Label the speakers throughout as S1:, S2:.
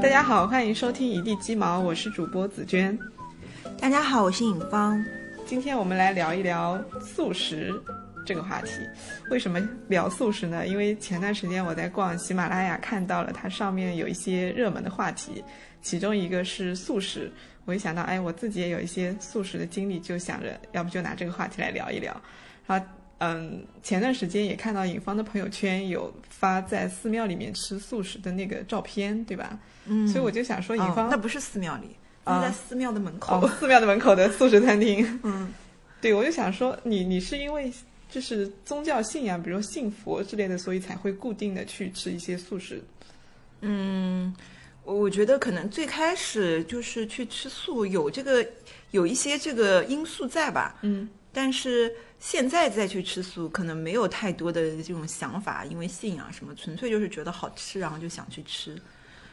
S1: 大家好，欢迎收听一地鸡毛，我是主播紫娟。
S2: 大家好，我是尹芳。
S1: 今天我们来聊一聊素食这个话题。为什么聊素食呢？因为前段时间我在逛喜马拉雅，看到了它上面有一些热门的话题，其中一个是素食。我一想到，哎，我自己也有一些素食的经历，就想着要不就拿这个话题来聊一聊。然后，嗯，前段时间也看到尹芳的朋友圈有发在寺庙里面吃素食的那个照片，对吧？
S2: 嗯
S1: 所以我就想说，尹
S2: 哦
S1: 芳、
S2: 那不是寺庙里，
S1: 啊
S2: 那是在寺庙的门口。
S1: 哦，寺庙的门口的素食餐厅。
S2: 嗯，
S1: 对，我就想说，你你是因为就是宗教信仰，比如说信佛之类的，所以才会固定的去吃一些素食。
S2: 我我觉得可能最开始就是去吃素，有这个有一些这个因素在吧。
S1: 嗯，
S2: 但是现在再去吃素，可能没有太多的这种想法，因为信仰什么，纯粹就是觉得好吃，然后就想去吃。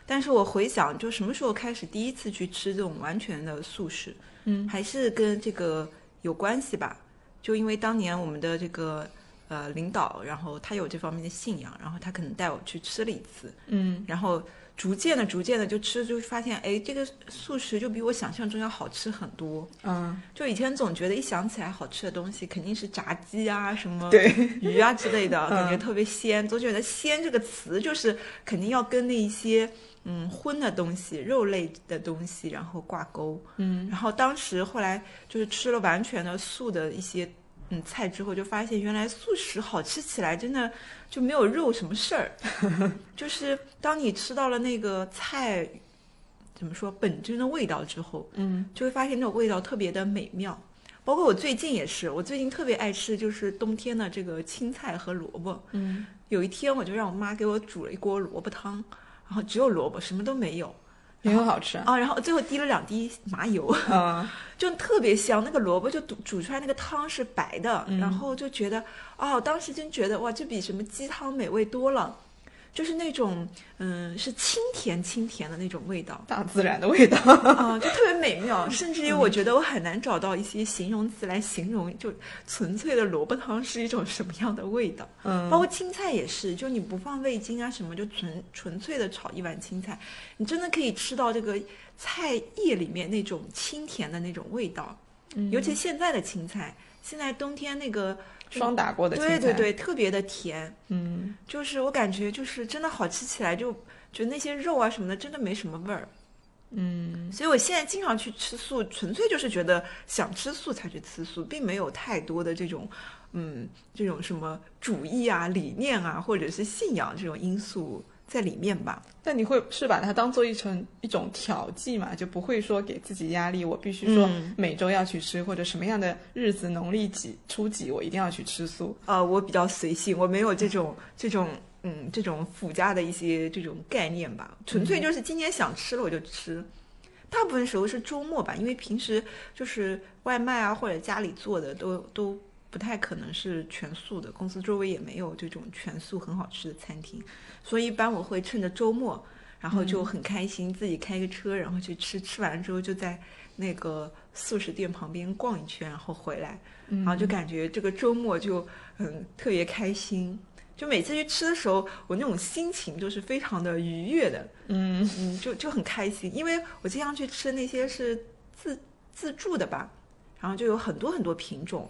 S2: 但是我回想，就什么时候开始第一次去吃这种完全的素食，
S1: 嗯，
S2: 还是跟这个有关系吧。就因为当年我们的这个呃领导，然后他有这方面的信仰，然后他可能带我去吃了一次，
S1: 嗯
S2: 然后逐渐的、逐渐的就吃，就发现，哎，这个素食就比我想象中要好吃很多。
S1: 嗯，
S2: 就以前总觉得一想起来好吃的东西，肯定是炸鸡啊、什么
S1: 对，
S2: 鱼啊之 类的，
S1: 嗯
S2: 感觉特别鲜。总觉得“鲜”这个词就是肯定要跟那一些嗯荤的东西、肉类的东西然后挂钩。
S1: 嗯
S2: 然后当时后来就是吃了完全的素的一些嗯菜之后，就发现原来素食好吃起来真的就没有肉什么事儿，就是当你吃到了那个菜怎么说本真的味道之后。
S1: 嗯
S2: 就会发现那种味道特别的美妙。包括我最近也是，我最近特别爱吃就是冬天的这个青菜和萝卜。
S1: 嗯
S2: 有一天我就让我妈给我煮了一锅萝卜汤，然后只有萝卜，什么都没有
S1: 也很好吃啊。
S2: 啊。然后最后滴了两滴麻油，
S1: 嗯
S2: 就特别香。那个萝卜就煮煮出来那个汤是白的，
S1: 嗯
S2: 然后就觉得哦，当时真觉得哇，这比什么鸡汤美味多了。就是那种，嗯，是清甜清甜的那种味道，
S1: 大自然的味道。
S2: 啊，就特别美妙，甚至于我觉得我很难找到一些形容词来形容，就纯粹的萝卜汤是一种什么样的味道。
S1: 嗯
S2: 包括青菜也是，就你不放味精啊什么，就纯纯粹的炒一碗青菜，你真的可以吃到这个菜叶里面那种清甜的那种味道。
S1: 嗯
S2: 尤其现在的青菜，现在冬天那个
S1: 双打过的青菜。
S2: 对对，对，特别的甜，
S1: 嗯
S2: 就是我感觉就是真的好吃起来就，就那些肉啊什么的，真的没什么味儿。
S1: 嗯
S2: 所以我现在经常去吃素，纯粹就是觉得想吃素才去吃素，并没有太多的这种，嗯，这种什么主义啊、理念啊，或者是信仰这种因素在里面吧。
S1: 但你会是把它当做一成一种调剂嘛？就不会说给自己压力，我必须说
S2: 嗯
S1: 每周要去吃，或者什么样的日子，农历几初几我一定要去吃素。
S2: 呃，我比较随性，我没有这种这种嗯这种附加的一些这种概念吧，纯粹就是今天想吃了我就吃。大部分时候是周末吧，因为平时就是外卖啊或者家里做的都都不太可能是全素的，公司周围也没有这种全素很好吃的餐厅，所以一般我会趁着周末，然后就很开心自己开个车，然后去吃，吃完之后就在那个素食店旁边逛一圈，然后回来，然后就感觉这个周末就嗯特别开心。就每次去吃的时候，我那种心情就是非常的愉悦的，
S1: 嗯
S2: 嗯，就就很开心，因为我经常去吃那些是自自助的吧，然后就有很多很多品种，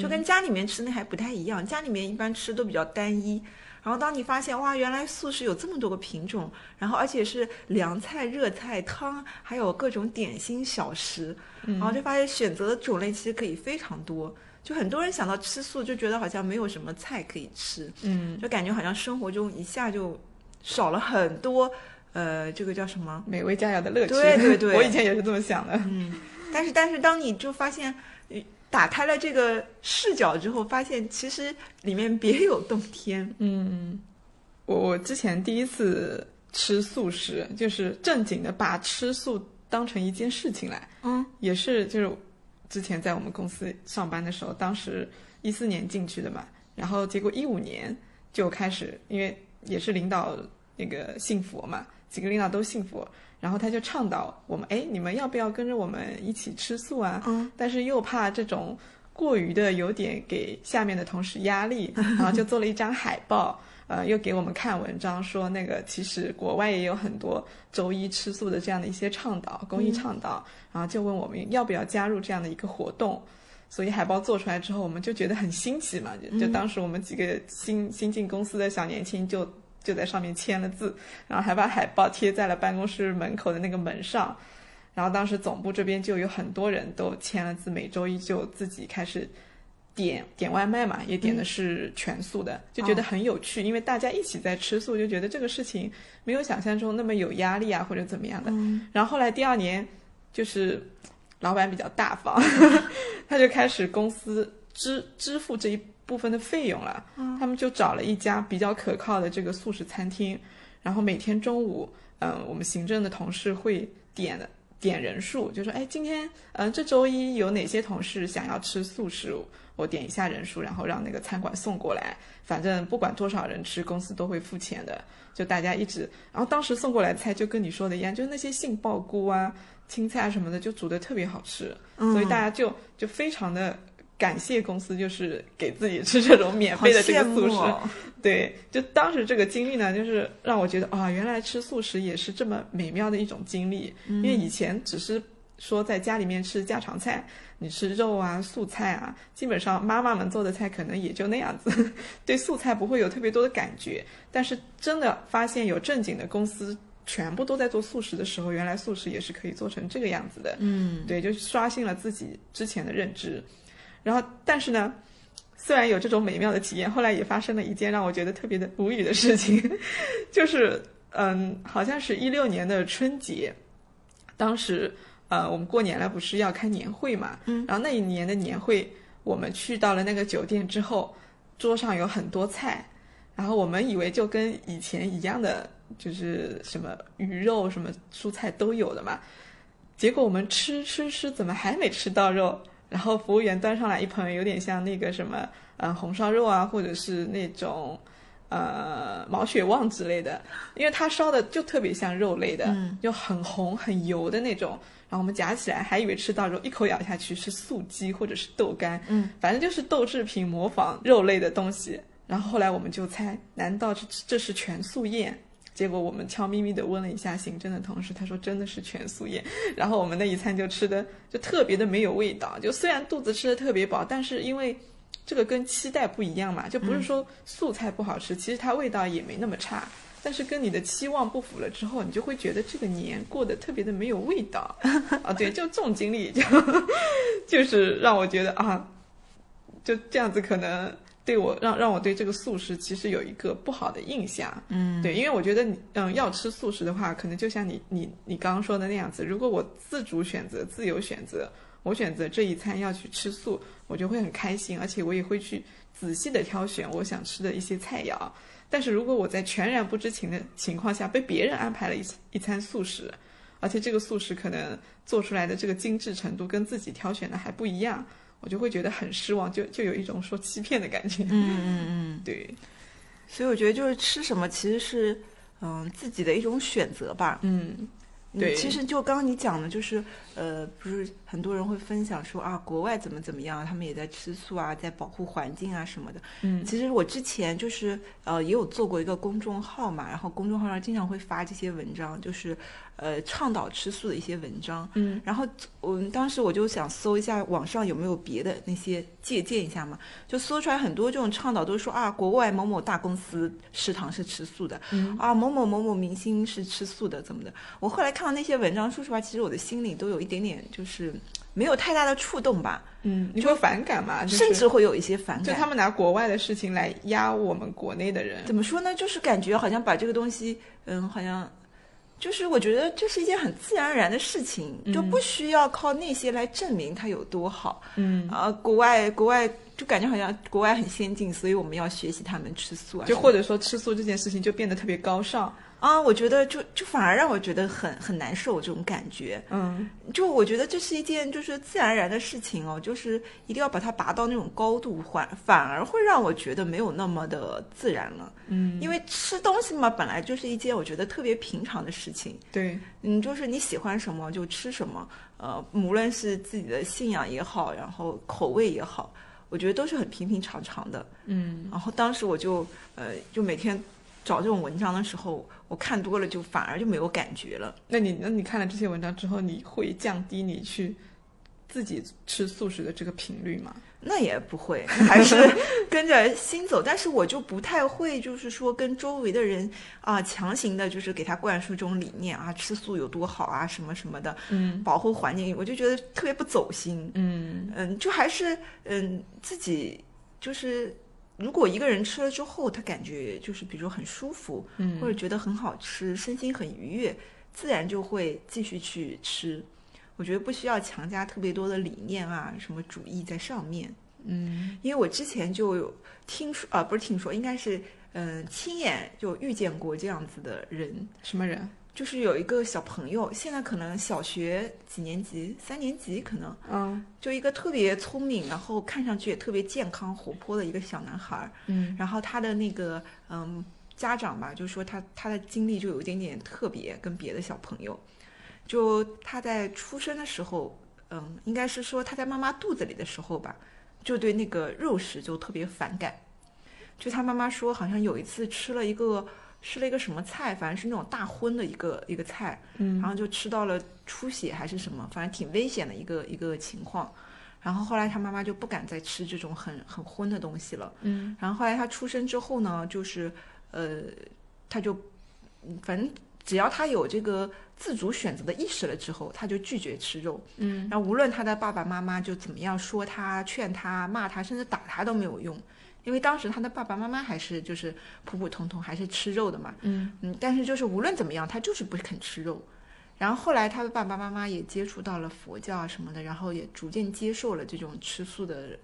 S2: 就跟家里面吃那还不太一样，家里面一般吃都比较单一。然后当你发现哇，原来素食有这么多个品种，然后而且是凉菜、热菜、汤，还有各种点心小食，然后就发现选择的种类其实可以非常多。就很多人想到吃素，就觉得好像没有什么菜可以吃，
S1: 嗯，
S2: 就感觉好像生活中一下就少了很多，呃，这个叫什么？
S1: 美味佳肴的乐趣。
S2: 对对 对
S1: 我以前也是这么想的。
S2: 但是但是当你就发现，呃打开了这个视角之后，发现其实里面别有洞天。
S1: 嗯，我我之前第一次吃素食，就是正经的把吃素当成一件事情来，
S2: 嗯
S1: 也是就是之前在我们公司上班的时候，当时一四年进去的嘛，然后结果一五年就开始，因为也是领导那个信佛嘛，几个领导都信佛，然后他就倡导我们，哎，你们要不要跟着我们一起吃素啊？
S2: 嗯，
S1: 但是又怕这种过于的有点给下面的同事压力，然后就做了一张海报，呃，又给我们看文章说那个其实国外也有很多周一吃素的这样的一些倡导，公益倡导，然后就问我们要不要加入这样的一个活动。所以海报做出来之后，我们就觉得很新奇嘛，就就当时我们几个新新进公司的小年轻就就在上面签了字，然后还把海报贴在了办公室门口的那个门上。然后当时总部这边就有很多人都签了字，每周一就自己开始点点外卖嘛，也点的是全素的，就觉得很有趣，因为大家一起在吃素，就觉得这个事情没有想象中那么有压力啊，或者怎么样的。然后后来第二年，就是老板比较大方，他就开始公司支支付这一部分的费用了。他们就找了一家比较可靠的这个素食餐厅，然后每天中午，嗯，我们行政的同事会点的。点人数，就说哎，今天嗯、呃这周一有哪些同事想要吃素食？我点一下人数，然后让那个餐馆送过来。反正不管多少人吃，公司都会付钱的。就大家一直，然后当时送过来的菜就跟你说的一样，就是那些杏鲍菇啊、青菜啊什么的，就煮的特别好吃，所以
S2: 嗯
S1: 大家就就非常的。感谢公司，就是给自己吃这种免费的这个素食，
S2: 好羡慕哦
S1: 对，就当时这个经历呢，就是让我觉得啊、原来吃素食也是这么美妙的一种经历。因
S2: 嗯
S1: 为以前只是说在家里面吃家常菜，你吃肉啊、素菜啊，基本上妈妈们做的菜可能也就那样子， 对素菜不会有特别多的感觉。但是真的发现有正经的公司全部都在做素食的时候，原来素食也是可以做成这个样子的。
S2: 嗯，
S1: 对，就刷新了自己之前的认知。然后，但是呢，虽然有这种美妙的体验，后来也发生了一件让我觉得特别的无语的事情， 就是嗯，好像是一六年的春节，当时呃，我们过年了，不是要开年会嘛，嗯，然后那一年的年会，我们去到了那个酒店之后，桌上有很多菜，然后我们以为就跟以前一样的，就是什么鱼肉、什么蔬菜都有的嘛，结果我们吃吃吃，怎么还没吃到肉？然后服务员端上来一盆，有点像那个什么，呃，红烧肉啊，或者是那种，呃，毛血旺之类的，因为它烧的就特别像肉类的，就很红很油的那种。然后我们夹起来，还以为吃到肉，一口咬下去是素鸡或者是豆干，
S2: 嗯，
S1: 反正就是豆制品模仿肉类的东西。然后后来我们就猜，难道这这是全素宴？结果我们悄咪咪的问了一下行政的同事，他说真的是全素宴。然后我们那一餐就吃的就特别的没有味道，就虽然肚子吃的特别饱，但是因为这个跟期待不一样嘛，就不是说素菜不好吃，其实它味道也没那么差，但是跟你的期望不符了之后，你就会觉得这个年过得特别的没有味道啊。对，就这种经历就 就是让我觉得啊，就这样子可能。对我让让我对这个素食其实有一个不好的印象，嗯，对，因为我觉得你嗯要吃素食的话，可能就像你你你刚刚说的那样子，如果我自主选择、自由选择，我选择这一餐要去吃素，我就会很开心，而且我也会去仔细的挑选我想吃的一些菜肴。但是如果我在全然不知情的情况下被别人安排了一一餐素食，而且这个素食可能做出来的这个精致程度跟自己挑选的还不一样，我就会觉得很失望，就就有一种受欺骗的感觉。嗯嗯嗯，对，
S2: 所以我觉得就是吃什么其实是嗯自己的一种选择吧。
S1: 嗯
S2: 嗯
S1: 对
S2: 其实就刚刚你讲的，就是呃，不是很多人会分享说啊，国外怎么怎么样，他们也在吃素啊，在保护环境啊什么的。
S1: 嗯
S2: 其实我之前就是呃也有做过一个公众号嘛，然后公众号上经常会发这些文章，就是呃倡导吃素的一些文章。
S1: 嗯
S2: 然后我当时我就想搜一下网上有没有别的那些借鉴一下嘛，就搜出来很多这种倡导都说啊，国外某某大公司食堂是吃素的，
S1: 嗯
S2: 啊某某某某明星是吃素的，怎么的？我后来看到那些文章，说实话，其实我的心里都有一点点就是没有太大的触动吧，
S1: 嗯，你会反感吗？就是、
S2: 甚至会有一些反
S1: 就
S2: 感。
S1: 他们拿国外的事情来压我们国内的人。
S2: 怎么说呢？就是感觉好像把这个东西，嗯，好像就是我觉得这是一件很自然而然的事情，就不需要靠那些来证明它有多好。
S1: 嗯，
S2: 啊，国外国外就感觉好像
S1: 嗯
S2: 国外很先进，所以我们要学习他们吃素啊什么的。
S1: 就或者说吃素这件事情就变得特别高尚，
S2: 啊，我觉得就就反而让我觉得很很难受这种感觉。
S1: 嗯
S2: 就我觉得这是一件就是自然而然的事情哦，就是一定要把它拔到那种高度，反反而会让我觉得没有那么的自然了。
S1: 嗯，
S2: 因为吃东西嘛，本来就是一件我觉得特别平常的事情。
S1: 对，
S2: 嗯，就是你喜欢什么就吃什么，呃，无论是自己的信仰也好，然后口味也好，我觉得都是很平平常常的。
S1: 嗯
S2: 然后当时我就呃，就每天找这种文章的时候，我看多了就反而就没有感觉了。
S1: 那你那你看了这些文章之后，你会降低你去自己吃素食的这个频率吗？
S2: 那也不会，还是 跟着心走。但是我就不太会，就是说跟周围的人啊、强行的，就是给他灌输这种理念啊，吃素有多好啊，什么什么的，
S1: 嗯
S2: 保护环境，我就觉得特别不走心。
S1: 嗯
S2: 嗯，就还是嗯自己就是，如果一个人吃了之后，他感觉就是比如说很舒服，
S1: 嗯
S2: 或者觉得很好吃，身心很愉悦，自然就会继续去吃。我觉得不需要强加特别多的理念啊，什么主义在上面。
S1: 嗯
S2: 因为我之前就有听说啊，不是听说，应该是嗯、亲眼就遇见过这样子的人，
S1: 什么人？
S2: 就是有一个小朋友，现在可能小学几年级，三年级可能
S1: 嗯
S2: 就一个特别聪明，然后看上去也特别健康活泼的一个小男孩儿，
S1: 嗯
S2: 然后他的那个嗯家长吧，就说他他的经历就有一点点特别，跟别的小朋友，就他在出生的时候，嗯，应该是说他在妈妈肚子里的时候吧，就对那个肉食就特别反感。就他妈妈说，好像有一次吃了一个吃了一个什么菜，反正是那种大荤的一个一个菜，
S1: 嗯
S2: 然后就吃到了出血还是什么，反正挺危险的一个一个情况。然后后来他妈妈就不敢再吃这种很很荤的东西了。
S1: 嗯
S2: 然后后来他出生之后呢，就是呃，他就嗯反正只要他有这个自主选择的意识了之后，他就拒绝吃肉。
S1: 嗯
S2: 然后无论他的爸爸妈妈就怎么样说他、劝他、骂他，甚至打他都没有用，因为当时他的爸爸妈妈还是就是普普通通，还是吃肉的嘛。
S1: 嗯
S2: 嗯，但是就是无论怎么样，他就是不肯吃肉。然后后来他的爸爸妈妈也接触到了佛教啊什么的，然后也逐渐接受了这种吃素的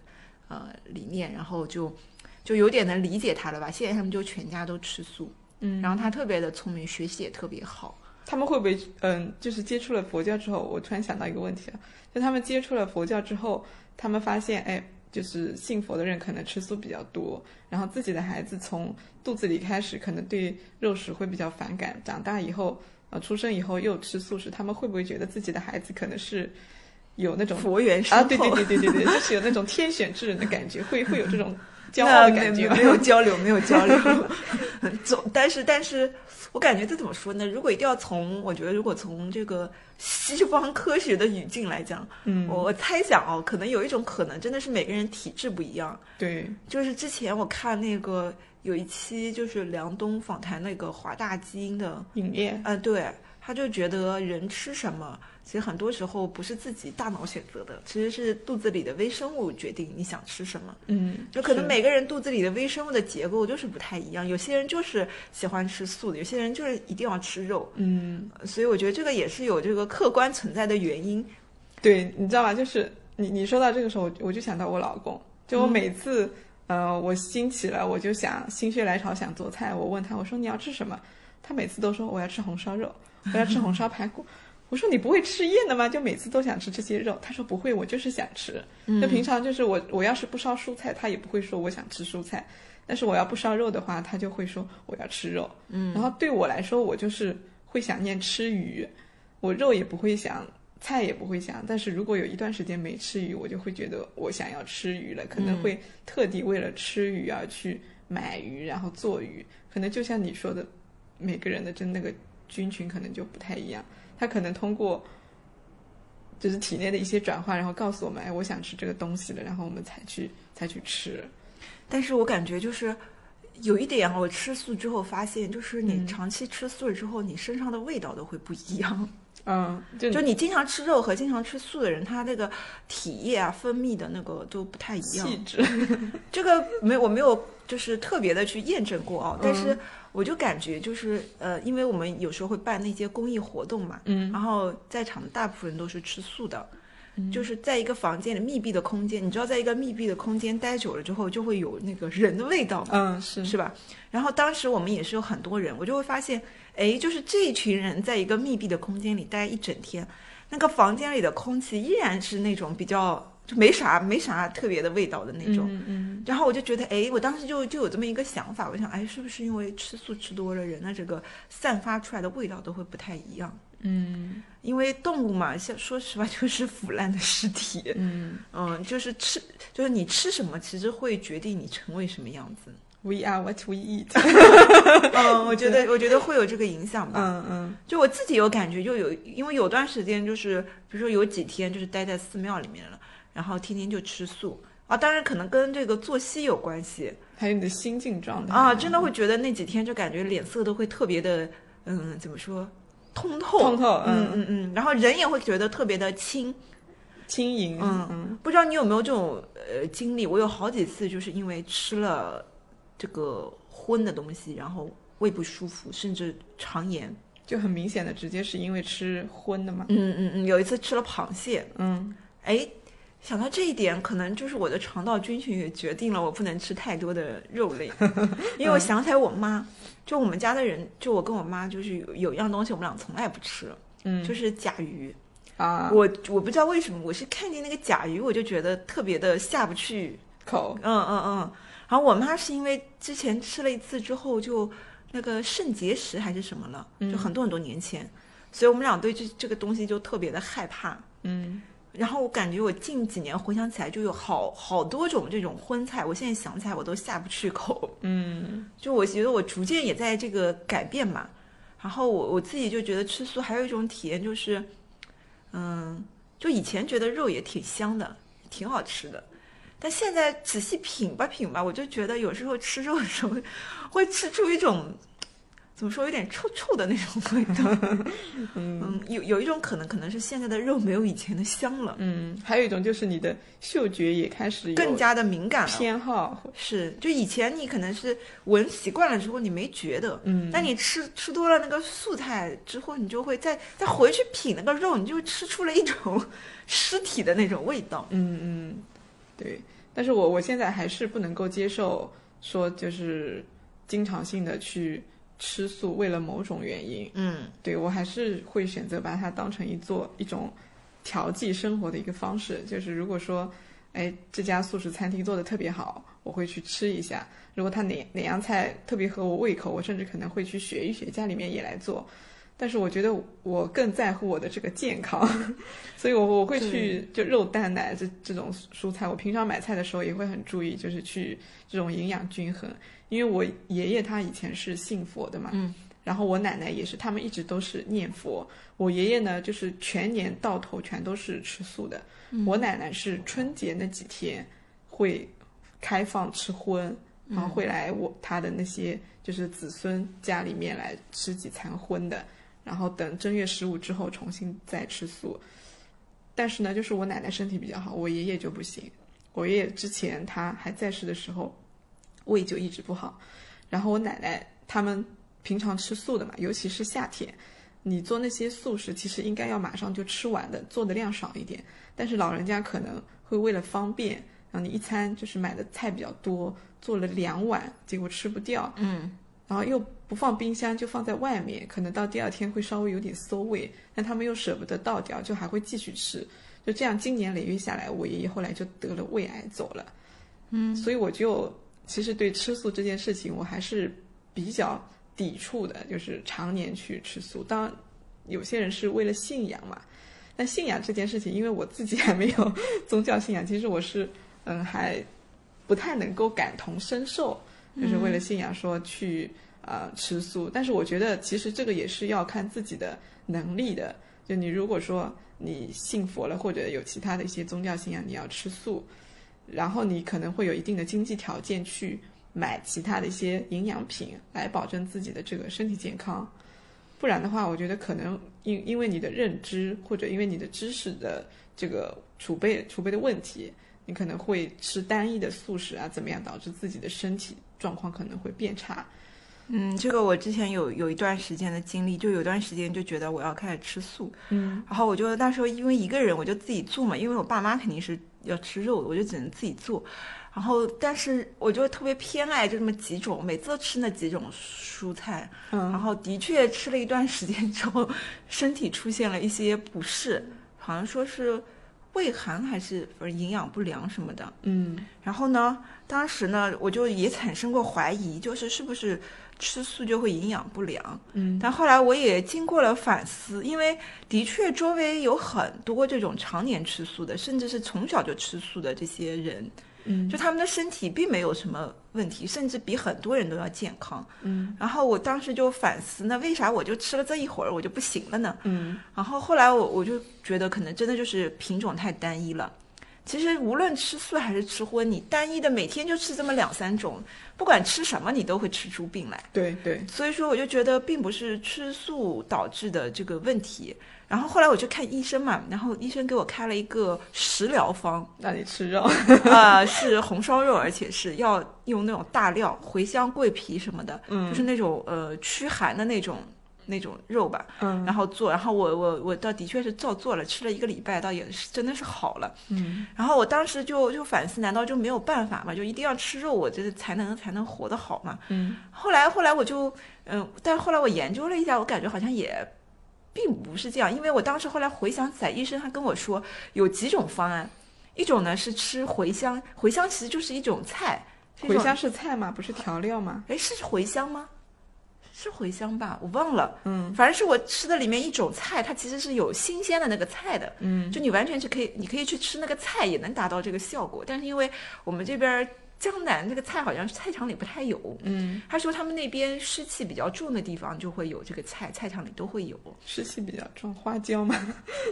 S2: 呃理念，然后就就有点能理解他了吧。现在他们就全家都吃素，
S1: 嗯，
S2: 然后他特别的聪明，学习也特别好。
S1: 他们会不会嗯，就是接触了佛教之后，我突然想到一个问题啊，就他们接触了佛教之后，他们发现哎，就是信佛的人可能吃素比较多，然后自己的孩子从肚子里开始可能对肉食会比较反感，长大以后呃出生以后又吃素食，他们会不会觉得自己的孩子可能是有那种
S2: 佛缘深厚，
S1: 啊， 对对对对对对，就是有那种天选之人的感觉，会会有这种骄傲
S2: 那
S1: 的感觉
S2: 没
S1: 吗
S2: 没？有交流，没有交流。 总，但是但是我感觉这怎么说呢？如果一定要从，我觉得如果从这个西方科学的语境来讲，
S1: 嗯，
S2: 我我猜想哦，可能有一种可能，真的是每个人体质不一样。
S1: 对，
S2: 就是之前我看那个有一期就是梁冬访谈那个华大基因的，
S1: 影业，
S2: 呃，对，他就觉得人吃什么，其实很多时候不是自己大脑选择的，其实是肚子里的微生物决定你想吃什么。
S1: 嗯，
S2: 就可能
S1: 是
S2: 每个人肚子里的微生物的结构就是不太一样，有些人就是喜欢吃素的，有些人就是一定要吃肉，
S1: 嗯。
S2: 呃所以我觉得这个也是有这个客观存在的原因。
S1: 对，你知道吗？就是你你说到这个时候，我就我就想到我老公，就我每次，呃，我兴起了，我就想心血来潮想做菜，我问他，我说你要吃什么？他每次都说我要吃红烧肉，我要吃红烧排骨。我说你不会吃厌的吗？就每次都想吃这些肉。他说不会，我就是想吃。
S2: 嗯
S1: 就平常就是我我要是不烧蔬菜，他也不会说我想吃蔬菜。但是我要不烧肉的话，他就会说我要吃肉。嗯，然后对我来说，我就是会想念吃鱼，我肉也不会想，菜也不会想。但是如果有一段时间没吃鱼，我就会觉得我想要吃鱼了，可能会特地为了吃鱼而去买鱼，然后做鱼。可能就像你说的，每个人的真那个菌群可能就不太一样，他可能通过。就是体内的一些转化，然后告诉我们，哎，我想吃这个东西了，然后我们才去才去吃。
S2: 但是我感觉就是有一点啊，我吃素之后发现，就是你
S1: 嗯
S2: 长期吃素了之后，你身上的味道都会不一样。
S1: 嗯，就
S2: 就你经常吃肉和经常吃素的人，他那个体液啊分泌的那个都不太一样。
S1: 气质，
S2: 这个没我没有就是特别的去验证过哦，但
S1: 嗯
S2: 是我就感觉就是呃，因为我们有时候会办那些公益活动嘛，
S1: 嗯
S2: 然后在场的大部分人都是吃素的，就是在一个房间里密闭的空间，你知道，在一个密闭的空间待久了之后，就会有那个人的味道嘛，
S1: 嗯，是
S2: 是吧？然后当时我们也是有很多人，我就会发现，哎，就是这一群人在一个密闭的空间里待一整天，那个房间里的空气依然是那种比较就没啥没啥特别的味道的那种。
S1: 嗯嗯
S2: 然后我就觉得，哎，我当时就就有这么一个想法，我想，哎，是不是因为吃素吃多了，人的这个散发出来的味道都会不太一样？
S1: 嗯
S2: 因为动物嘛，像说实话就是 腐烂的尸体，
S1: 嗯
S2: 嗯，就是吃，就是你吃什么，其实会决定你成为什么样子。
S1: ，We are what we eat。
S2: 嗯，我觉得，我觉得会有这个影响吧。
S1: 嗯嗯
S2: 就我自己有感觉，就有，因为有段时间就是，比如说有几天就是待在寺庙里面了，然后天天就吃素啊，当然可能跟这个作息有关系。，
S1: 还有你的心境状态
S2: 啊，真的会觉得那几天就感觉脸色都会特别的，嗯，怎么说，通透，
S1: 通透
S2: 嗯
S1: 嗯
S2: 嗯嗯，然后人也会觉得特别的轻。
S1: 轻盈，
S2: 嗯
S1: 嗯
S2: 不知道你有没有这种呃经历？我有好几次就是因为吃了这个荤的东西，然后胃不舒服，甚至肠炎。
S1: 就很明显的，直接是因为吃荤的嘛，
S2: 嗯嗯嗯，有一次吃了螃蟹，
S1: 嗯
S2: 哎。想到这一点，可能就是我的肠道菌群也决定了我不能吃太多的肉 类，因为
S1: 嗯
S2: 我想起来我妈，就我们家的人，就我跟我妈，就是有有一样东西我们俩从来不吃，
S1: 嗯
S2: 就是甲鱼。
S1: 啊，
S2: 我我不知道为什么，我是看见那个甲鱼，我就觉得特别的下不去。
S1: 口
S2: 嗯嗯嗯。然后我妈是因为之前吃了一次之后就那个肾结石还是什么了，
S1: 嗯
S2: 就很多很多年前，所以我们俩对这这个东西就特别的害怕。
S1: 嗯
S2: 然后我感觉我近几年回想起来，就有好好多种这种荤菜，我现在想起来我都下不去口。
S1: 嗯
S2: 就我觉得我逐渐也在这个改变嘛。然后我我自己就觉得吃素还有一种体验就是，嗯，就以前觉得肉也挺香的，挺好吃的，但现在仔细品吧品吧，我就觉得有时候吃肉的时候会吃出一种。怎么说，有点臭臭的那种味道。 嗯，有有一种可能，可能是现在的肉没有以前的香了，
S1: 嗯，还有一种就是你的嗅觉也开始有
S2: 更加的敏感了。
S1: 偏好，
S2: 是，就以前你可能是闻习惯了之后你没觉得，
S1: 嗯
S2: 但你吃吃多了那个素菜之后，你就会再再回去品那个肉，你就吃出了一种 尸体的那种味道。
S1: 嗯嗯，对，但是我我现在还是不能够接受说就是经常性的去吃素，为了某种原因，
S2: 嗯
S1: 对我还是会选择把它当成一做一种调剂生活的一个方式。就是如果说，哎，这家素食餐厅做的特别好，我会去吃一下。如果它哪哪样菜特别合我胃口，我甚至可能会去学一学，家里面也来做。但是我觉得我更在乎我的这个健康， 所以我我会去就肉蛋奶这这种蔬菜，我平常买菜的时候也会很注意，就是去这种营养均衡。因为我爷爷他以前是信佛的嘛，
S2: 嗯
S1: 然后我奶奶也是，他们一直都是念佛。我爷爷呢，就是全年到头全都是吃素的。我奶奶是春节那几天会开放吃荤，然后会来我他的那些就是子孙家里面来吃几餐荤的，然后等正月十五之后重新再吃素。但是呢，就是我奶奶身体比较好，我爷爷就不行。我爷爷之前他还在世的时候，胃就一直不好。然后我奶奶他们平常吃素的嘛，尤其是夏天，你做那些素食，其实应该要马上就吃完的，做的量少一点。但是老人家可能会为了方便，然后你一餐就是买的菜比较多，做了两碗，结果吃不掉，
S2: 嗯
S1: 然后又不放冰箱，就放在外面，可能到第二天会稍微有点馊味，但他们又舍不得倒掉，就还会继续吃。就这样，经年累月下来，我爷爷后来就得了胃癌走了。嗯，所以我就其实对吃素这件事情，我还是比较抵触的，就是常年去吃素。当然，有些人是为了信仰嘛，但信仰这件事情，因为我自己还没有宗教信仰，其实我是嗯还不太能够感同身受，就是为了信仰说去呃吃素。但是我觉得其实这个也是要看自己的能力的。就你如果说你信佛了，或者有其他的一些宗教信仰，你要吃素，然后你可能会有一定的经济条件去买其他的一些营养品来保证自己的这个身体健康。不然的话，我觉得可能因因为你的认知或者因为你的知识的这个储备储备的问题，你可能会吃单一的素食啊，怎么样导致自己的身体状况可能会变差。
S2: 嗯，这个我之前有有一段时间的经历，就有段时间就觉得我要开始吃素，
S1: 嗯
S2: 然后我就那时候因为一个人，我就自己做嘛，因为我爸妈肯定是要吃肉的，我就只能自己做。然后，但是我就特别偏爱就这么几种，每次都吃那几种蔬菜。然
S1: 嗯
S2: 后的确吃了一段时间之后，身体出现了一些不适，好像说是胃寒还是不是营养不良什么的。
S1: 嗯
S2: 然后呢，当时呢，我就也产生过怀疑，就是是不是吃素就会营养不良？
S1: 嗯
S2: 但后来我也经过了反思，因为的确周围有很多这种常年吃素的，甚至是从小就吃素的这些人，
S1: 嗯
S2: 就他们的身体并没有什么问题，甚至比很多人都要健康。
S1: 嗯
S2: 然后我当时就反思，那为啥我就吃了这一会儿我就不行了呢？
S1: 嗯
S2: 然后后来我我就觉得，可能真的就是品种太单一了。其实无论吃素还是吃荤，你单一的每天就吃这么两三种，不管吃什么你都会吃出病来。
S1: 对对，
S2: 所以说，我就觉得并不是吃素导致的这个问题。然后后来我去看医生嘛，然后医生给我开了一个食疗方，
S1: 让你吃肉，
S2: 啊，是红烧肉，而且是要用那种大料，茴香、桂皮什么的，就是那种呃驱寒的那种那种肉吧。
S1: 嗯
S2: 然后做，然后我我我倒的确是照做了，吃了一个礼拜，倒也是真的是好了。
S1: 嗯
S2: 然后我当时就就反思，难道就没有办法吗？就一定要吃肉，我这才能才能活得好吗？
S1: 嗯
S2: 后来后来我就嗯、呃但后来我研究了一下，我感觉好像也。并不是这样，因为我当时后来回想起来，医生他跟我说有几种方案，一种呢是吃茴香，茴香其实就是一种菜，是一种
S1: 茴香是菜吗？不是调料吗？
S2: 哎是茴香吗？是茴香吧，我忘了，
S1: 嗯
S2: 反正是我吃的里面一种菜，它其实是有新鲜的那个菜的，
S1: 嗯
S2: 就你完全是可以，你可以去吃那个菜也能达到这个效果，但是因为我们这边儿江南这个菜好像是菜场里不太有，
S1: 嗯，
S2: 他说他们那边湿气比较重的地方就会有这个菜，菜场里都会有。
S1: 湿气比较重，花椒吗？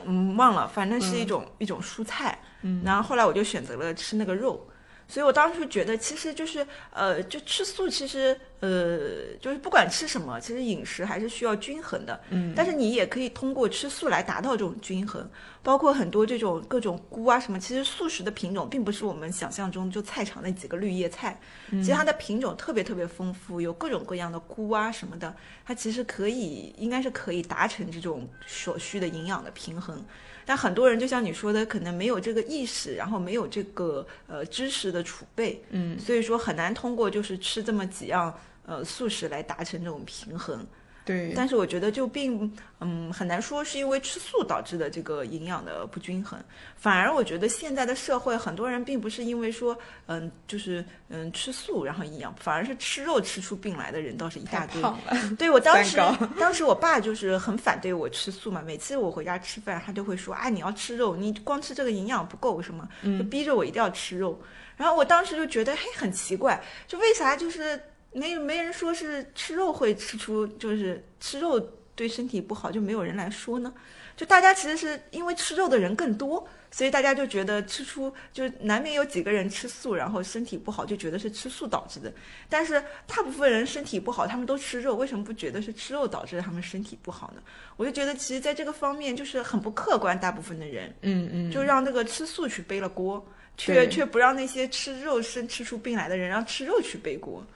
S2: 嗯，忘了，反正是一种、一种蔬菜。
S1: 嗯，
S2: 然后后来我就选择了吃那个肉，所以我当时觉得其实就是呃，就吃素其实呃，就是不管吃什么，其实饮食还是需要均衡的。
S1: 嗯
S2: 但是你也可以通过吃素来达到这种均衡，包括很多这种各种菇啊什么，其实素食的品种并不是我们想象中就菜场那几个绿叶菜，其实它的品种特别特别丰富，有各种各样的菇啊什么的，它其实可以应该是可以达成这种所需的营养的平衡。但很多人就像你说的，可能没有这个意识，然后没有这个呃知识的储备，
S1: 嗯
S2: 所以说很难通过就是吃这么几样呃素食来达成这种平衡。
S1: 对，
S2: 但是我觉得就并嗯很难说是因为吃素导致的这个营养的不均衡，反而我觉得现在的社会很多人并不是因为说嗯就是嗯吃素然后营养，反而是吃肉吃出病来的人倒是一大
S1: 太
S2: 堆。
S1: 胖 了，
S2: 对我当
S1: 蛋
S2: 时
S1: 糕，
S2: 当时我爸就是很反对我吃素嘛，每次我回家吃饭，他就会说啊，你要吃肉，你光吃这个营养不够什么，就
S1: 嗯
S2: 逼着我一定要吃肉。然后我当时就觉得，嘿，很奇怪，就为啥就是没没人说是吃肉会吃出就是吃肉对身体不好，就没有人来说呢？就大家其实是因为吃肉的人更多，所以大家就觉得吃出就难免有几个人吃素，然后身体不好，就觉得是吃素导致的。但是大部分人身体不好，他们都吃肉，为什么不觉得是吃肉导致他们身体不好呢？我就觉得其实在这个方面就是很不客观，大部分的人
S1: 嗯嗯，
S2: 就让这个吃素去背了锅，却
S1: 对
S2: 却不让那些吃肉生吃出病来的人让吃肉去背锅。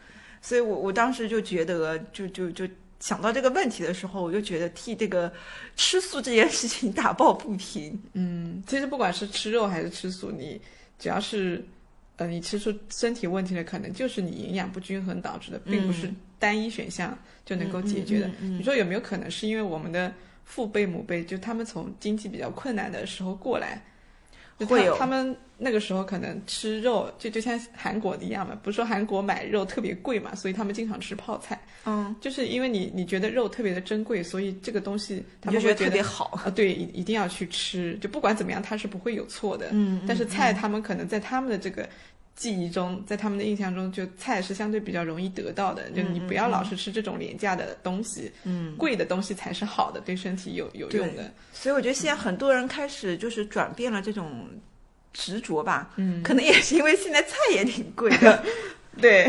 S2: 所以我我当时就觉得，就就就想到这个问题的时候，我就觉得替这个吃素这件事情打抱不平。
S1: 嗯，其实不管是吃肉还是吃素，你只要是，呃，你吃出身体问题的，可能就是你营养不均衡导致的，并不是单一选项就能够解决的。
S2: 嗯嗯嗯嗯
S1: 你说有没有可能是因为我们的父辈、母辈，就他们从经济比较困难的时候过来，就
S2: 会
S1: 他
S2: 有
S1: 他们那个时候可能吃肉，就就像韩国一样嘛，不是说韩国买肉特别贵嘛，所以他们经常吃泡菜，
S2: 嗯，
S1: 就是因为你你觉得肉特别的珍贵，所以这个东西他
S2: 你
S1: 们
S2: 就
S1: 会
S2: 得特
S1: 觉
S2: 别
S1: 得。
S2: 好。
S1: 啊，对，一一定要去吃，就不管怎么样，它是不会有错的。
S2: 嗯
S1: 但是菜，他们可能在他们的这个记忆中，在他们的印象中，就菜是相对比较容易得到的。就你不要老是吃这种廉价的东西，
S2: 嗯，
S1: 贵的东西才是好的，对身体有有用的。
S2: 所以我觉得现在很多人开始就是转变了这种执着吧。
S1: 嗯，
S2: 可能也是因为现在菜也挺贵的，
S1: 对，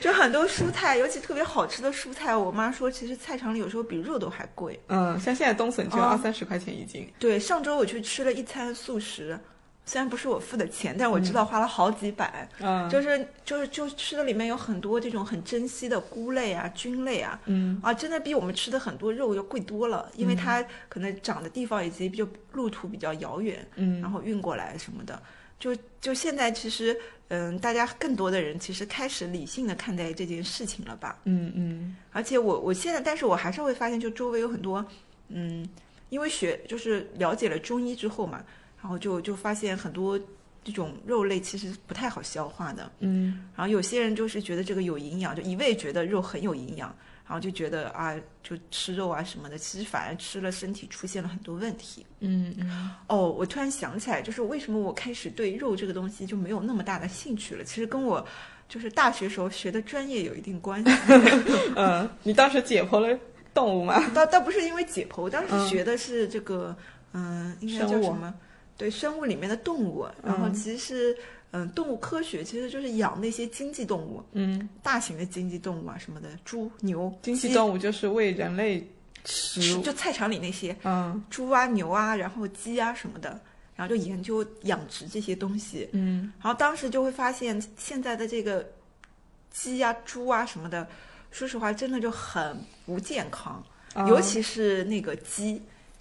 S2: 就很多蔬菜，尤其特别好吃的蔬菜，我妈说其实菜场里有时候比肉都还贵。
S1: 嗯，像现在冬笋就
S2: 哦
S1: 二三十块钱一斤，
S2: 对，上周我去吃了一餐素食，虽然不是我付的钱，但我知道花了好几百，
S1: 嗯，
S2: 就是就是就吃的里面有很多这种很珍稀的菇类啊、菌类啊，
S1: 嗯
S2: 啊，真的比我们吃的很多肉要贵多了，因为它可能长的地方以及就路途比较遥远，
S1: 嗯
S2: 然后运过来什么的。就就现在其实，嗯，大家更多的人其实开始理性的看待这件事情了吧？
S1: 嗯嗯
S2: 而且我我现在，但是我还是会发现，就周围有很多，嗯，因为学就是了解了中医之后嘛，然后就就发现很多这种肉类其实不太好消化的。
S1: 嗯
S2: 然后有些人就是觉得这个有营养，就一味觉得肉很有营养，然后就觉得啊，就吃肉啊什么的，其实反而吃了身体出现了很多问题。
S1: 嗯嗯
S2: 哦，我突然想起来，就是为什么我开始对肉这个东西就没有那么大的兴趣了，其实跟我就是大学时候学的专业有一定关系。
S1: 嗯，你当时解剖了动物吗？
S2: 倒倒不是因为解剖，我当时
S1: 嗯
S2: 学的是这个，嗯、应该
S1: 生
S2: 叫
S1: 物
S2: 什么？对，生物里面的动物，然后
S1: 嗯
S2: 其实是，嗯、动物科学其实就是养那些经济动物，
S1: 嗯，
S2: 大型的经济动物啊，什么的，猪、牛、
S1: 经济
S2: 鸡
S1: 动物就是为人类
S2: 吃
S1: 食物，
S2: 就菜场里那些
S1: 嗯
S2: 猪啊、牛啊，然后鸡啊什么的，然后就研究养殖这些东西，
S1: 嗯
S2: 然后当时就会发现现在的这个鸡啊、猪啊什么的，说实话真的就很不健康。
S1: 啊
S2: 尤其是那个鸡，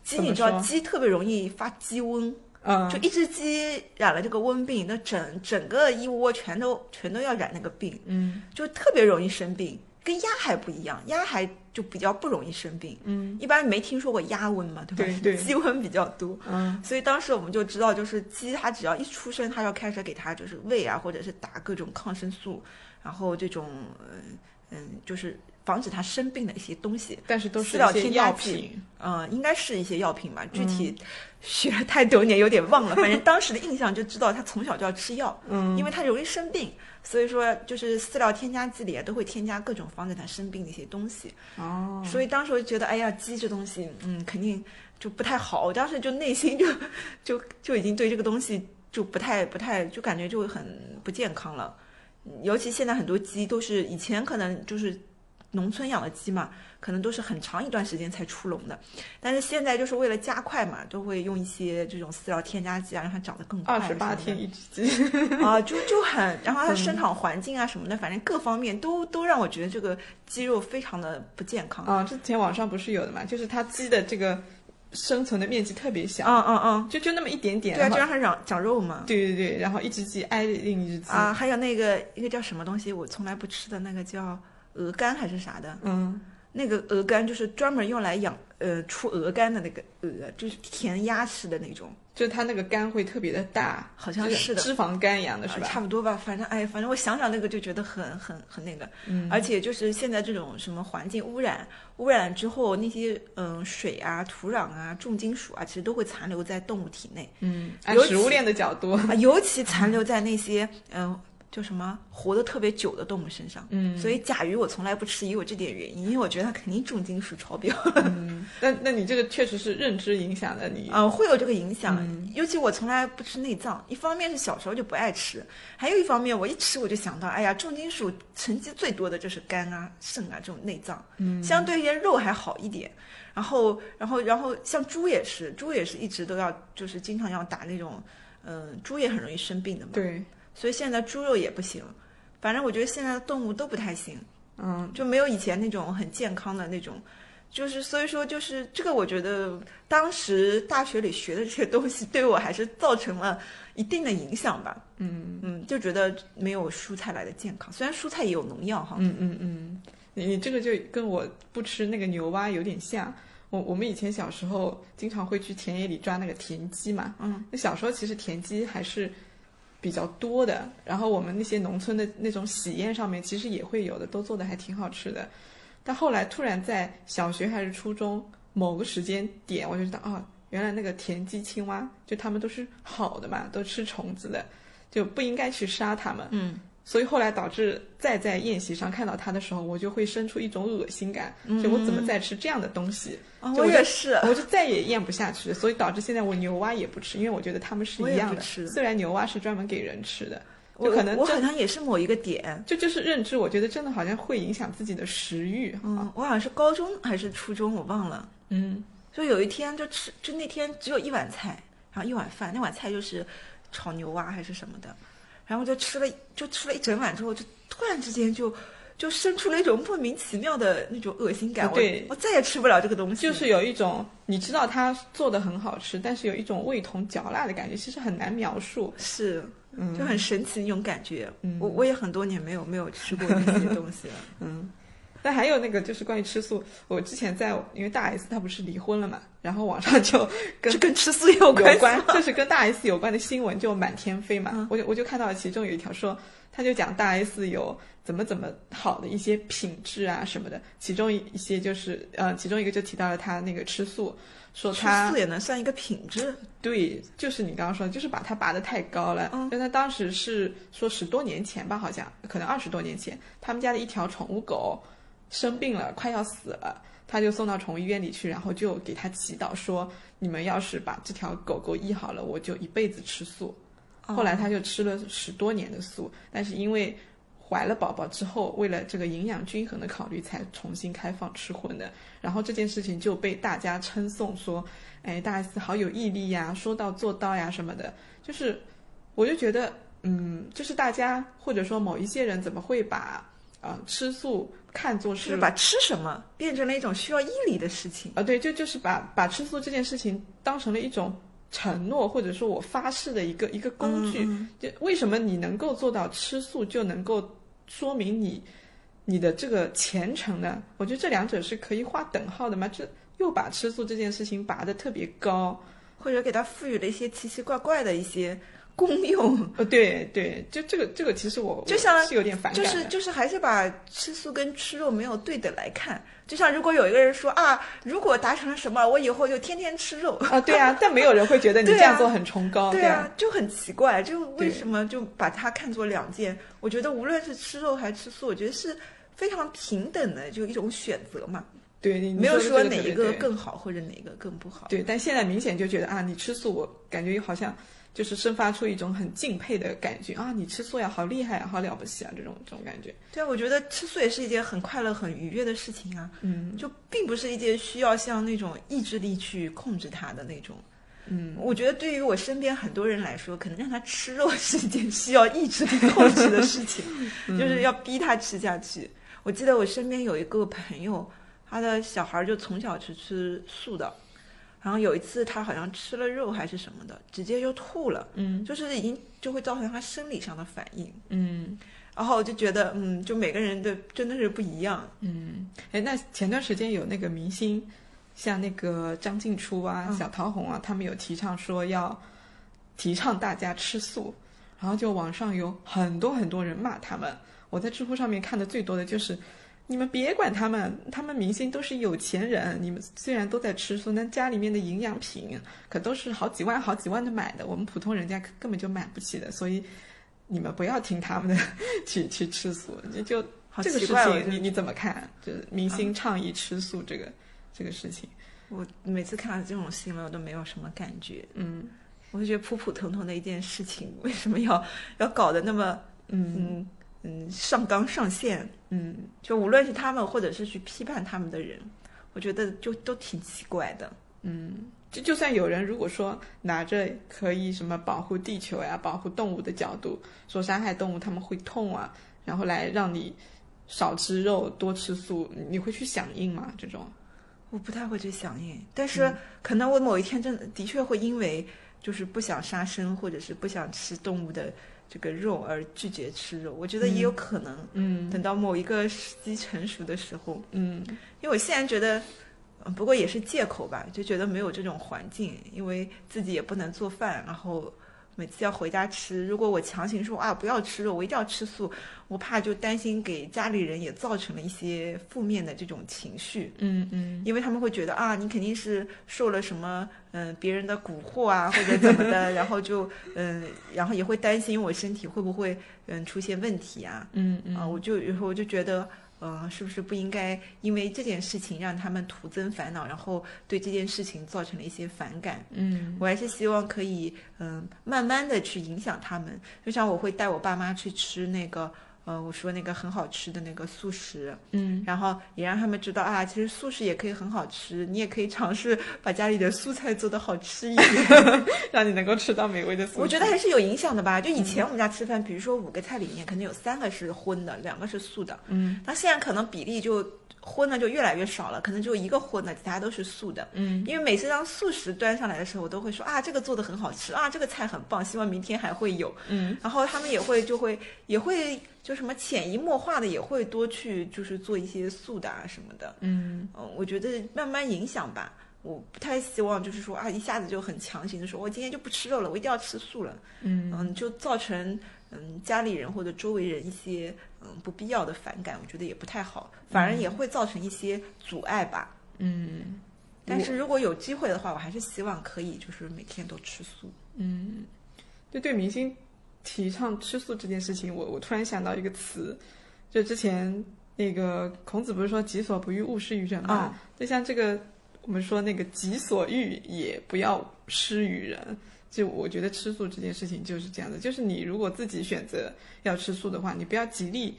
S2: 鸡
S1: 怎么
S2: 你知道，
S1: 说
S2: 鸡特别容易发鸡瘟，
S1: 嗯
S2: 就一只鸡染了这个瘟病，那整整个一窝全都全都要染那个病，
S1: 嗯
S2: 就特别容易生病，跟鸭还不一样，鸭还就比较不容易生病，
S1: 嗯
S2: 一般没听说过鸭瘟嘛，对吧？
S1: 对对
S2: 鸡瘟比较多。
S1: 嗯
S2: 所以当时我们就知道，就是鸡，它只要一出生，它要开始给它就是喂啊，或者是打各种抗生素，然后这种嗯嗯，就是防止它生病的一些东西。
S1: 但是都是
S2: 饲料
S1: 一些
S2: 添加
S1: 药
S2: 剂
S1: 品，
S2: 嗯，应该是一些药品吧，具体学了太多年有点忘了，反正当时的印象就知道他从小就要吃药，
S1: 嗯，
S2: 因为他容易生病，所以说就是饲料添加剂里啊都会添加各种防止他生病的一些东西，
S1: 哦，
S2: 所以当时我就觉得，哎呀，鸡这东西，嗯，肯定就不太好，我当时就内心就 就就已经对这个东西就不太不太就感觉就很不健康了，尤其现在很多鸡都是以前可能就是农村养的鸡嘛，可能都是很长一段时间才出笼的，但是现在就是为了加快嘛，都会用一些这种饲料添加剂啊，让它长得更快
S1: 二
S2: 啊什
S1: 十
S2: 么的。
S1: 哦八 天一只鸡，
S2: 啊，就就很，然后它生长环境啊什么的，反正各方面都都让我觉得这个鸡肉非常的不健康。
S1: 啊，之前网上不是有的嘛，就是它鸡的这个生存的面积特别小，
S2: 嗯嗯嗯，
S1: 就就那么一点点，
S2: 对啊，
S1: 然
S2: 就
S1: 后
S2: 让它长长肉嘛。
S1: 对对对，然后一只鸡挨着另一只鸡，
S2: 啊，还有那个一个叫什么东西，我从来不吃的那个叫鹅肝还是啥的，
S1: 嗯
S2: 那个鹅肝就是专门用来养呃出鹅肝的那个鹅，就是填鸭式的那种，
S1: 就是它那个肝会特别的大，
S2: 好像
S1: 就是
S2: 的
S1: 脂肪肝一样的是
S2: 啊
S1: 吧？
S2: 差不多吧，反正哎，反正我想想那个就觉得很很很那个，
S1: 嗯
S2: 而且就是现在这种什么环境污染，污染之后那些嗯水啊、土壤啊、重金属啊，其实都会残留在动物体内
S1: 嗯，按
S2: 尤其
S1: 食物链的角度，
S2: 啊，尤其残留在那些嗯就什么活得特别久的动物身上。
S1: 嗯，
S2: 所以甲鱼我从来不吃，也有这点原因，因为我觉得它肯定重金属超标，
S1: 嗯 那那你这个确实是认知影响了你，
S2: 嗯，会有这个影响。
S1: 嗯
S2: 尤其我从来不吃内脏，一方面是小时候就不爱吃，还有一方面我一吃我就想到，哎呀，重金属沉积最多的就是肝啊、肾啊这种内脏，
S1: 嗯
S2: 相对于肉还好一点。然后，然后，然后像猪也是，猪也是一直都要，就是经常要打那种，嗯、猪也很容易生病的嘛。
S1: 对，
S2: 所以现在猪肉也不行，反正我觉得现在的动物都不太行。
S1: 嗯
S2: 就没有以前那种很健康的那种，就是所以说就是这个，我觉得当时大学里学的这些东西对我还是造成了一定的影响吧。
S1: 嗯
S2: 嗯，就觉得没有蔬菜来的健康，虽然蔬菜也有农药哈。
S1: 嗯嗯嗯，你你这个就跟我不吃那个牛蛙有点像。我我们以前小时候经常会去田野里抓那个田鸡嘛，
S2: 嗯，
S1: 那小时候其实田鸡还是比较多的，然后我们那些农村的那种喜宴上面其实也会有的，都做的还挺好吃的。但后来突然在小学还是初中某个时间点，我就知道啊、原来那个田鸡、青蛙，就它们都是好的嘛，都吃虫子的，就不应该去杀它们。
S2: 嗯，
S1: 所以后来导致再在宴席上看到它的时候，我就会生出一种恶心感，
S2: 嗯
S1: 就我怎么在吃这样的东西？
S2: 啊，
S1: 就我
S2: 我也。
S1: 就是我就再也咽不下去，所以导致现在我牛蛙也不吃，因为我觉得它们是
S2: 我
S1: 一
S2: 也
S1: 样
S2: 不
S1: 的。
S2: 吃
S1: 虽然牛蛙是专门给人吃的，
S2: 我
S1: 就可能
S2: 我
S1: 真
S2: 好像也是某一个点，
S1: 就就是认知，我觉得真的好像会影响自己的食欲。啊
S2: 嗯，我好像是高中还是初中，我忘了。
S1: 嗯
S2: 就有一天就吃，就那天只有一碗菜，然后一碗饭，那碗菜就是炒牛蛙还是什么的，然后就吃了就吃了一整碗之后，就突然之间就就生出了一种莫名其妙的那种恶心感，我
S1: 啊对
S2: 我再也吃不了这个东西，
S1: 就是有一种你知道它做的很好吃，但是有一种味同嚼蜡的感觉，其实很难描述。
S2: 是
S1: 嗯，
S2: 就很神奇那种感觉。
S1: 嗯
S2: 我我也很多年没有没有吃过那些东西了。
S1: 嗯，但还有那个就是关于吃素，我之前在因为大 S 她不是离婚了嘛，然后网上就 跟
S2: 这跟吃素也有关
S1: 有
S2: 系
S1: 关
S2: 吗，
S1: 就是跟大 S 有关的新闻就满天飞嘛。
S2: 嗯
S1: 我就我就看到其中有一条说，他就讲大 S 有怎么怎么好的一些品质啊什么的，其中一些就是呃，其中一个就提到了他那个吃素，说他
S2: 吃素也能算一个品质，
S1: 对，就是你刚刚说的，就是把它拔得太高了。
S2: 嗯
S1: 但他当时是说十多年前吧，好像可能二十多年前，他们家的一条宠物狗生病了，快要死了，他就送到宠物医院里去，然后就给他祈祷说，你们要是把这条狗狗医好了，我就一辈子吃素。
S2: 哦
S1: 后来他就吃了十多年的素，但是因为怀了宝宝之后，为了这个营养均衡的考虑，才重新开放吃荤的。然后这件事情就被大家称颂说，哎，大 S 好有毅力呀，说到做到呀什么的。就是，我就觉得，嗯，就是大家或者说某一些人怎么会把呃吃素看作
S2: 就是是把吃什么变成了一种需要毅力的事情。
S1: 啊，对，就就是把把吃素这件事情当成了一种承诺，或者说我发誓的一个一个工
S2: 嗯
S1: 具。就为什么你能够做到吃素，就能够说明你你的这个虔诚呢？我觉得这两者是可以划等号的嘛。这又把吃素这件事情拔得特别 高。
S2: 或者给它赋予了一些奇奇怪怪的一些功用，
S1: 呃，对对，就这个这个，其实我
S2: 就像
S1: 我是有点反感
S2: 就
S1: 的。
S2: 是就是还是把吃素跟吃肉没有对等来看。就像如果有一个人说啊，如果达成了什么，我以后就天天吃肉，
S1: 啊，对 啊，但没有人会觉得你
S2: 对啊
S1: 这样做很崇高，
S2: 对
S1: 啊。
S2: 啊，就很奇怪，就为
S1: 对
S2: 什么就把它看作两件？我觉得无论是吃肉还是吃素，我觉得是非常平等的，就一种选择嘛，
S1: 对，你
S2: 没有
S1: 说
S2: 说
S1: 的
S2: 哪
S1: 这
S2: 一
S1: 特别
S2: 个
S1: 对
S2: 更好或者哪一个更不好。
S1: 对，但现在明显就觉得啊，你吃素，我感觉好像就是生发出一种很敬佩的感觉啊，你吃素呀，好厉害呀，好了不起啊，这种这种感觉。
S2: 对啊，我觉得吃素也是一件很快乐、很愉悦的事情啊。
S1: 嗯
S2: 就并不是一件需要像那种意志力去控制它的那种。
S1: 嗯，
S2: 我觉得对于我身边很多人来说，可能让他吃肉 是一件需要意志力控制的 事情，
S1: 嗯
S2: 就是要逼他吃下去。我记得我身边有一个朋友，他的小孩就从小是吃素的，然后有一次他好像吃了肉还是什么的，直接就吐了，
S1: 嗯
S2: 就是已经就会造成他生理上的反应。
S1: 嗯
S2: 然后我就觉得，嗯，就每个人的真的是不一样，
S1: 嗯。哎，那前段时间有那个明星，像那个张静初啊、
S2: 嗯
S1: 小桃红啊，他们有提倡说要提倡大家吃素，然后就网上有很多很多人骂他们。我在知乎上面看的最多的就是。你们别管他们，他们明星都是有钱人。你们虽然都在吃素，但家里面的营养品可都是好几万、好几万的买的，我们普通人家根本就买不起的。所以你们不要听他们的 去去吃素，就就
S2: 好
S1: 这个
S2: 奇
S1: 事
S2: 怪哦。
S1: 情你你怎么看？就是明
S2: 嗯
S1: 星倡议吃素这个、这个事情，
S2: 我每次看到这种新闻，我都没有什么感觉，
S1: 嗯
S2: 我就觉得普普通通的一件事情，为什么要要搞得那么
S1: 嗯
S2: 嗯嗯上纲上线？
S1: 嗯，
S2: 就无论是他们，或者是去批判他们的人，我觉得就都挺奇怪的。
S1: 嗯就就算有人如果说拿着可以什么保护地球呀、保护动物的角度说伤害动物他们会痛啊，然后来让你少吃肉多吃素，你你会去响应吗？这种，
S2: 我不太会去响应，
S1: 嗯
S2: 但是可能我某一天真的的确会因为就是不想杀生，或者是不想吃动物的这个肉而拒绝吃肉，我觉得也有可能。
S1: 嗯
S2: 等到某一个时机成熟的时候，
S1: 嗯
S2: 因为我现在觉得，嗯不过也是借口吧，就觉得没有这种环境，因为自己也不能做饭，然后每次要回家吃。如果我强行说啊不要吃肉，我一定要吃素，我怕就担心给家里人也造成了一些负面的这种情绪。
S1: 嗯嗯，
S2: 因为他们会觉得啊，你肯定是受了什么，嗯、别人的蛊惑啊，或者怎么的，然后就，嗯、然后也会担心我身体会不会，嗯、出现问题啊，
S1: 嗯
S2: 啊，我就有时候我就觉得，呃，是不是不应该因为这件事情让他们徒增烦恼，然后对这件事情造成了一些反感？
S1: 嗯
S2: 我还是希望可以，嗯、慢慢的去影响他们。就像我会带我爸妈去吃那个，呃，我说那个很好吃的那个素食，
S1: 嗯，
S2: 然后也让他们知道啊，其实素食也可以很好吃，你也可以尝试把家里的蔬菜做的好吃一点。
S1: 让你能够吃到美味的素食。
S2: 我觉得还是有影响的吧。就以前我们家吃饭，比如说五个菜里面，可能有三个是荤的，两个是素的。
S1: 嗯，
S2: 但现在可能比例就荤的就越来越少了，可能只有一个荤的，其他都是素的。
S1: 嗯，
S2: 因为每次当素食端上来的时候，我都会说啊，这个做的很好吃啊，这个菜很棒，希望明天还会有。
S1: 嗯，
S2: 然后他们也会就会也会就什么潜移默化的也会多去就是做一些素的啊什么的。
S1: 嗯，
S2: 嗯，我觉得慢慢影响吧。我不太希望就是说啊，一下子就很强行的说，我今天就不吃肉了，我一定要吃素了。
S1: 嗯
S2: 嗯，就造成嗯家里人或者周围人一些嗯不必要的反感，我觉得也不太好，反而也会造成一些阻碍吧。
S1: 嗯
S2: 但是如果有机会的话，我还是希望可以就是每天都吃素。
S1: 嗯，就对明星提倡吃素这件事情，我我突然想到一个词，就之前那个孔子不是说“己所不欲，勿施于人”
S2: 啊
S1: 嘛？就像这个我们说那个“己所欲也，不要施于人”。就我觉得吃素这件事情就是这样的，就是你如果自己选择要吃素的话，你不要极力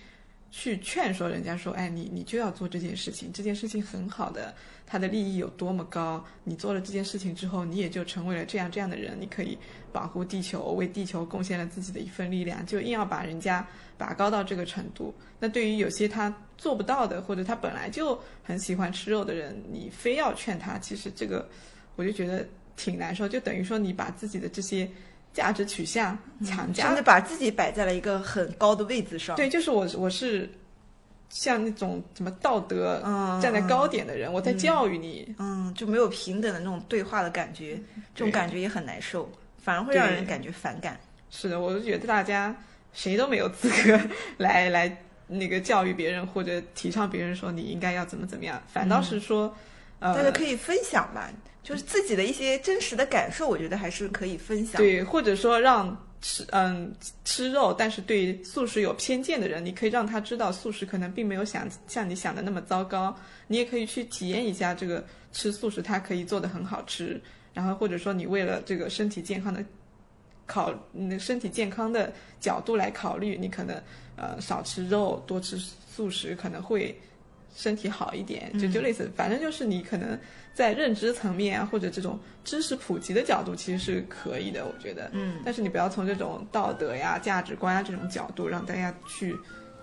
S1: 去劝说人家说，哎，你你就要做这件事情，这件事情很好的，它的利益有多么高，你做了这件事情之后，你也就成为了这样这样的人，你可以保护地球，为地球贡献了自己的一份力量，就硬要把人家拔高到这个程度。那对于有些他做不到的，或者他本来就很喜欢吃肉的人，你非要劝他，其实这个我就觉得挺难受，就等于说你把自己的这些价值取向嗯强加
S2: 真的把自己摆在了一个很高的位置上。
S1: 对，就是我我是像那种什么道德
S2: 嗯，嗯，
S1: 站在高点的人，我在教育你。
S2: 嗯，就没有平等的那种对话的感觉，这种
S1: 嗯对
S2: 感觉也很难受，反而会让
S1: 对
S2: 人感觉反感。
S1: 是的，我就觉得大家谁都没有资格 来来那个教育别人或者提倡别人说你应该要怎么怎么样，反倒是说，
S2: 嗯大家
S1: 呃，
S2: 可以分享吧，就是自己的一些真实的感受，我觉得还是可以分享。
S1: 对，或者说让。吃嗯吃肉，但是对素食有偏见的人，你可以让他知道素食可能并没有想像你想的那么糟糕，你也可以去体验一下这个吃素食，它可以做的很好吃，然后或者说你为了这个身体健康的考，嗯，身体健康的角度来考虑，你可能呃少吃肉，多吃素食，可能会身体好一点，就就类似，反正就是你可能在认知层面啊，或者这种知识普及的角度，其实是可以的，我觉得，嗯，但是你不要从这种道德呀、价值观啊这种角度让大家去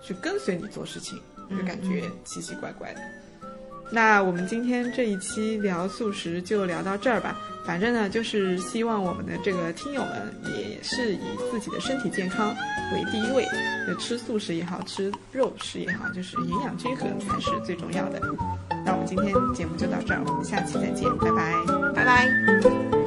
S1: 去跟随你做事情，就感觉奇奇怪怪的。嗯那我们今天这一期聊素食就聊到这儿吧。反正呢，就是希望我们的这个听友们也是以自己的身体健康为第一位，就吃素食也好，吃肉食也好，就是营养均衡才是最重要的。那我们今天节目就到这儿，我们下期再见，拜拜。
S2: 拜拜。